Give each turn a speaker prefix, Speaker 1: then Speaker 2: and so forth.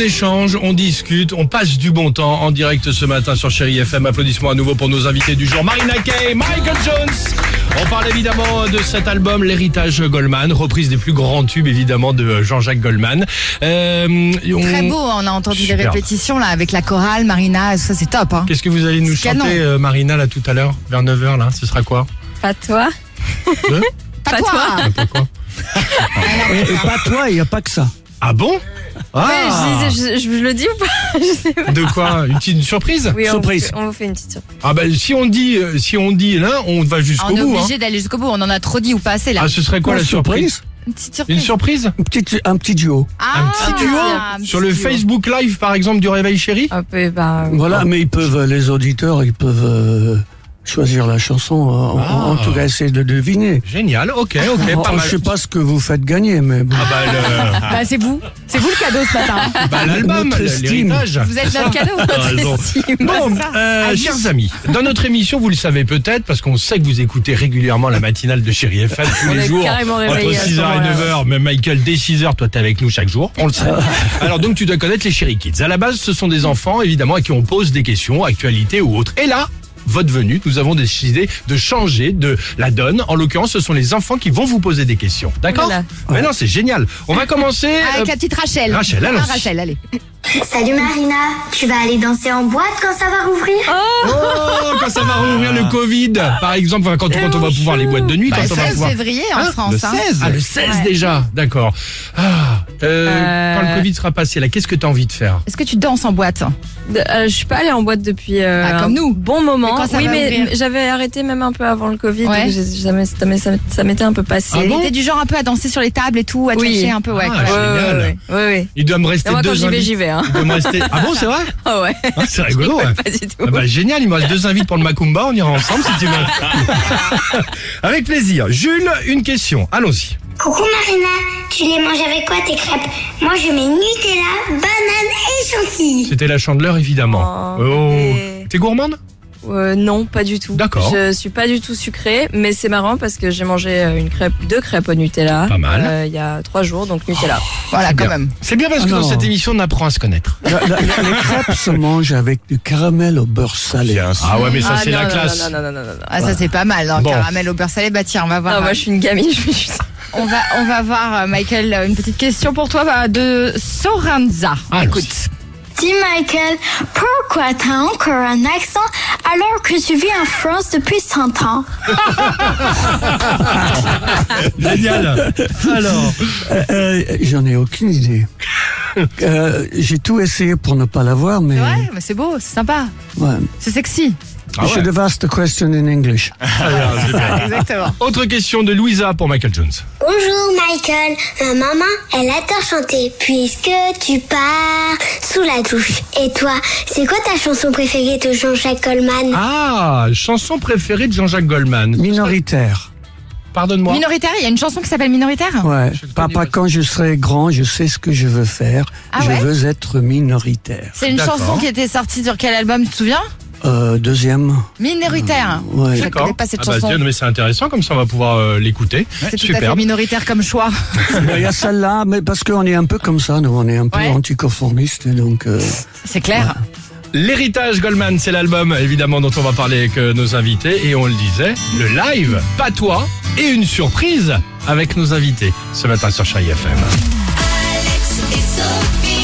Speaker 1: échange, on discute, on passe du bon temps en direct ce matin sur Chéri FM. Applaudissements à nouveau pour nos invités du jour, Marina Kay, Michael Jones. On parle évidemment de cet album, L'héritage Goldman, reprise des plus grands tubes évidemment de Jean-Jacques Goldman. Euh, on-
Speaker 2: Très beau, hein, on a entendu des
Speaker 1: Superbe.
Speaker 2: répétitions là avec la chorale, Marina, ça c'est top. Hein.
Speaker 1: Qu'est-ce que vous allez nous
Speaker 2: C'est canon.
Speaker 1: chanter, euh, Marina, là tout à l'heure, vers 9h là Ce sera quoi
Speaker 3: Pas toi.
Speaker 1: Deux
Speaker 2: Pas,
Speaker 3: Pas
Speaker 2: toi,
Speaker 3: toi.
Speaker 1: Ah, pas quoi
Speaker 4: Et, et pas toi, il n'y a pas que ça.
Speaker 1: Ah bon
Speaker 3: Ouais, je, disais- je- je- je le dis ou pas Je sais pas.
Speaker 1: De quoi Une petite surprise
Speaker 3: Oui, on
Speaker 4: Surprise.
Speaker 3: vous fait- On, vous fait une petite surprise.
Speaker 1: Ah ben si on dit euh, si on dit là, on va
Speaker 2: Ah,
Speaker 1: jusqu'au
Speaker 2: On est
Speaker 1: bout. hein.
Speaker 2: obligé d'aller jusqu'au bout, on en a trop dit ou pas assez là.
Speaker 1: Ah ce serait quoi la surprise
Speaker 2: Une petite surprise.
Speaker 1: Une surprise
Speaker 4: Un petit, un petit duo.
Speaker 2: Ah,
Speaker 1: un petit duo
Speaker 2: un petit
Speaker 1: Sur le
Speaker 2: duo.
Speaker 1: Facebook Live par exemple du Réveil Chéri
Speaker 2: Ah.
Speaker 3: Un peu, bah.
Speaker 1: Ah.
Speaker 4: Voilà, mais ils peuvent, euh, les auditeurs, ils peuvent euh, choisir la chanson, euh, en- en, tout cas essayer de deviner.
Speaker 1: Génial, ok,
Speaker 4: Oh, Je
Speaker 1: ok, Ah. pas
Speaker 4: ne
Speaker 1: mal.
Speaker 4: sais pas ce que vous faites gagner, mais bon.
Speaker 1: Ah bah, le-
Speaker 2: Bah, c'est vous, c'est vous le cadeau ce matin. hein.
Speaker 1: bah, l'album,
Speaker 4: Notre estime.
Speaker 1: l'héritage.
Speaker 2: Vous êtes notre cadeau.
Speaker 1: T'as raison. Bon, euh,
Speaker 3: Ah,
Speaker 2: Alice.
Speaker 1: chers amis, dans notre émission, vous le savez peut-être, parce qu'on sait que vous écoutez régulièrement la matinale de Chéri FM tous
Speaker 3: On
Speaker 1: les
Speaker 3: est
Speaker 1: jours.
Speaker 3: carrément
Speaker 1: Entre
Speaker 3: réveillés euh. à ce
Speaker 1: 6h
Speaker 3: moment-là.
Speaker 1: et 9h, mais Michael, dès 6h, toi t'es avec nous chaque jour, on le sait. Alors donc tu dois connaître les Chéri Kids. À la base, ce sont des enfants, évidemment, à qui on pose des questions, actualité ou autre. Et là, votre venue, nous avons décidé de changer de la donne. En l'occurrence, ce sont les enfants qui vont vous poser des questions. D'accord
Speaker 3: Voilà.
Speaker 1: Mais non, c'est génial. On va commencer. euh,
Speaker 2: Avec la petite Rachel.
Speaker 1: Rachel, allons-y.
Speaker 2: Ah, Rachel, allez.
Speaker 5: Salut Marina, tu vas aller danser en boîte quand ça va rouvrir
Speaker 1: Oh, quand ça va rouvrir le Covid, par exemple, enfin, quand, quand on va pouvoir les boîtes de nuit,
Speaker 3: bah,
Speaker 2: le
Speaker 1: quand on va
Speaker 2: 16
Speaker 1: pouvoir.
Speaker 2: février en
Speaker 1: Hein
Speaker 2: France.
Speaker 1: le
Speaker 2: hein.
Speaker 1: 16 Ah, le 16
Speaker 2: Ouais.
Speaker 1: déjà, d'accord. Ah, euh,
Speaker 3: Euh.
Speaker 1: Quand le Covid sera passé, là, qu'est-ce que tu as envie de faire
Speaker 2: Est-ce que tu danses en boîte
Speaker 1: Ah
Speaker 3: De- euh, je suis pas allée en boîte depuis euh,
Speaker 2: Ah, comme
Speaker 3: un
Speaker 2: nous.
Speaker 3: bon moment.
Speaker 2: Mais quand ça
Speaker 3: oui,
Speaker 2: va
Speaker 3: mais
Speaker 2: ouvrir.
Speaker 3: j'avais arrêté même un peu avant le Covid.
Speaker 2: Ouais.
Speaker 3: donc j'ai- jamais- ça m'est- ça m'est- ça m'était un peu passé.
Speaker 1: Ah bon
Speaker 2: T'es du genre un peu à danser sur les tables et tout, à
Speaker 3: Oui.
Speaker 2: chercher un peu, ouais.
Speaker 1: Ah,
Speaker 2: voilà.
Speaker 3: Ouais,
Speaker 1: Génial.
Speaker 3: ouais, ouais, ouais, ouais.
Speaker 1: Il doit me rester
Speaker 3: Et moi, quand
Speaker 1: deux
Speaker 3: j'y vais,
Speaker 1: invités.
Speaker 3: j'y vais. Hein.
Speaker 1: Il doit me rester- Ah bon, c'est vrai
Speaker 3: Ah ouais.
Speaker 1: Ah, C'est rigolo, ouais.
Speaker 3: Pas du tout.
Speaker 1: Ah bah, génial, il me reste deux invites pour le Macumba, on ira ensemble si tu veux. Avec plaisir. Jules, une question. Allons-y.
Speaker 5: Coucou Marina, tu les manges avec quoi tes crêpes Moi je mets Nutella, banane et chantilly.
Speaker 1: C'était la chandeleur, évidemment.
Speaker 3: Oh, mais-
Speaker 1: T'es gourmande
Speaker 3: Euh, non, pas du tout.
Speaker 1: D'accord.
Speaker 3: Je suis pas du tout sucrée, mais c'est marrant parce que j'ai mangé euh, une crêpe, deux crêpes au Nutella.
Speaker 1: Pas mal.
Speaker 3: euh, Il y a trois jours, donc Nutella.
Speaker 2: Voilà, quand
Speaker 1: bien.
Speaker 2: même.
Speaker 1: C'est bien parce que
Speaker 4: Ah
Speaker 1: dans
Speaker 4: non.
Speaker 1: cette émission, on apprend à se connaître.
Speaker 4: La- la- la- les crêpes se mangent avec du caramel au beurre salé.
Speaker 1: Ah ouais, mais ça,
Speaker 3: Ah,
Speaker 1: c'est
Speaker 3: non,
Speaker 1: la
Speaker 3: non,
Speaker 1: classe.
Speaker 3: Non, non, non, non, non, non.
Speaker 2: Ah, ça c'est pas mal, hein,
Speaker 1: Bon.
Speaker 2: caramel au beurre salé. Bah tiens, on va voir.
Speaker 3: Ah,
Speaker 2: euh,
Speaker 3: moi, je suis une gamine. Je suis...
Speaker 2: On va, on va voir, euh, Michael, euh, une petite question pour toi bah, de Soranza.
Speaker 1: Ah,
Speaker 2: Écoute.
Speaker 5: Dis Michael, pourquoi t'as encore un accent alors que tu vis en France depuis 100 ans
Speaker 1: Génial. Alors,
Speaker 4: Euh, euh, J'en ai aucune idée. Euh, J'ai tout essayé pour ne pas l'avoir, mais.
Speaker 2: C'est vrai, mais c'est beau, c'est sympa,
Speaker 4: Ouais.
Speaker 2: c'est sexy.
Speaker 1: Ah
Speaker 4: You should have asked the question in English.
Speaker 2: Exactement.
Speaker 1: autre question de Louisa pour Michael Jones.
Speaker 5: Bonjour Michael, ma maman elle adore chanter puisque tu pars sous la douche. Et toi, c'est quoi ta chanson préférée de Jean-Jacques Goldman
Speaker 1: Ah, chanson préférée de Jean-Jacques Goldman.
Speaker 4: Minoritaire.
Speaker 1: Pardonne-moi.
Speaker 2: Minoritaire, il y a une chanson qui s'appelle Minoritaire
Speaker 4: Ouais.
Speaker 1: Je connais pas
Speaker 4: Papa,
Speaker 1: ça.
Speaker 4: quand je serai grand, je sais ce que je veux faire.
Speaker 2: Ah
Speaker 4: je
Speaker 2: ouais
Speaker 4: veux être minoritaire.
Speaker 2: C'est une
Speaker 1: D'accord.
Speaker 2: chanson qui était sortie sur quel album, tu te souviens
Speaker 4: Euh, deuxième.
Speaker 2: Minoritaire.
Speaker 4: Ouais.
Speaker 2: Je ne connais pas cette
Speaker 1: Ah bah,
Speaker 2: chanson.
Speaker 1: tiens, mais c'est intéressant, comme ça on va pouvoir euh, l'écouter.
Speaker 2: c'est tout à fait
Speaker 1: Superbe.
Speaker 2: minoritaire comme choix.
Speaker 4: Il y a celle-là, mais parce qu'on est un peu comme ça, nous, on est un peu
Speaker 2: Ouais.
Speaker 4: anticonformiste, donc. euh,
Speaker 2: C'est clair.
Speaker 1: L'héritage Goldman, c'est l'album évidemment dont on va parler avec euh, nos invités. Et on le disait, le live, pas toi, et une surprise avec nos invités ce matin sur Chai FM.
Speaker 6: Alex et Sophie.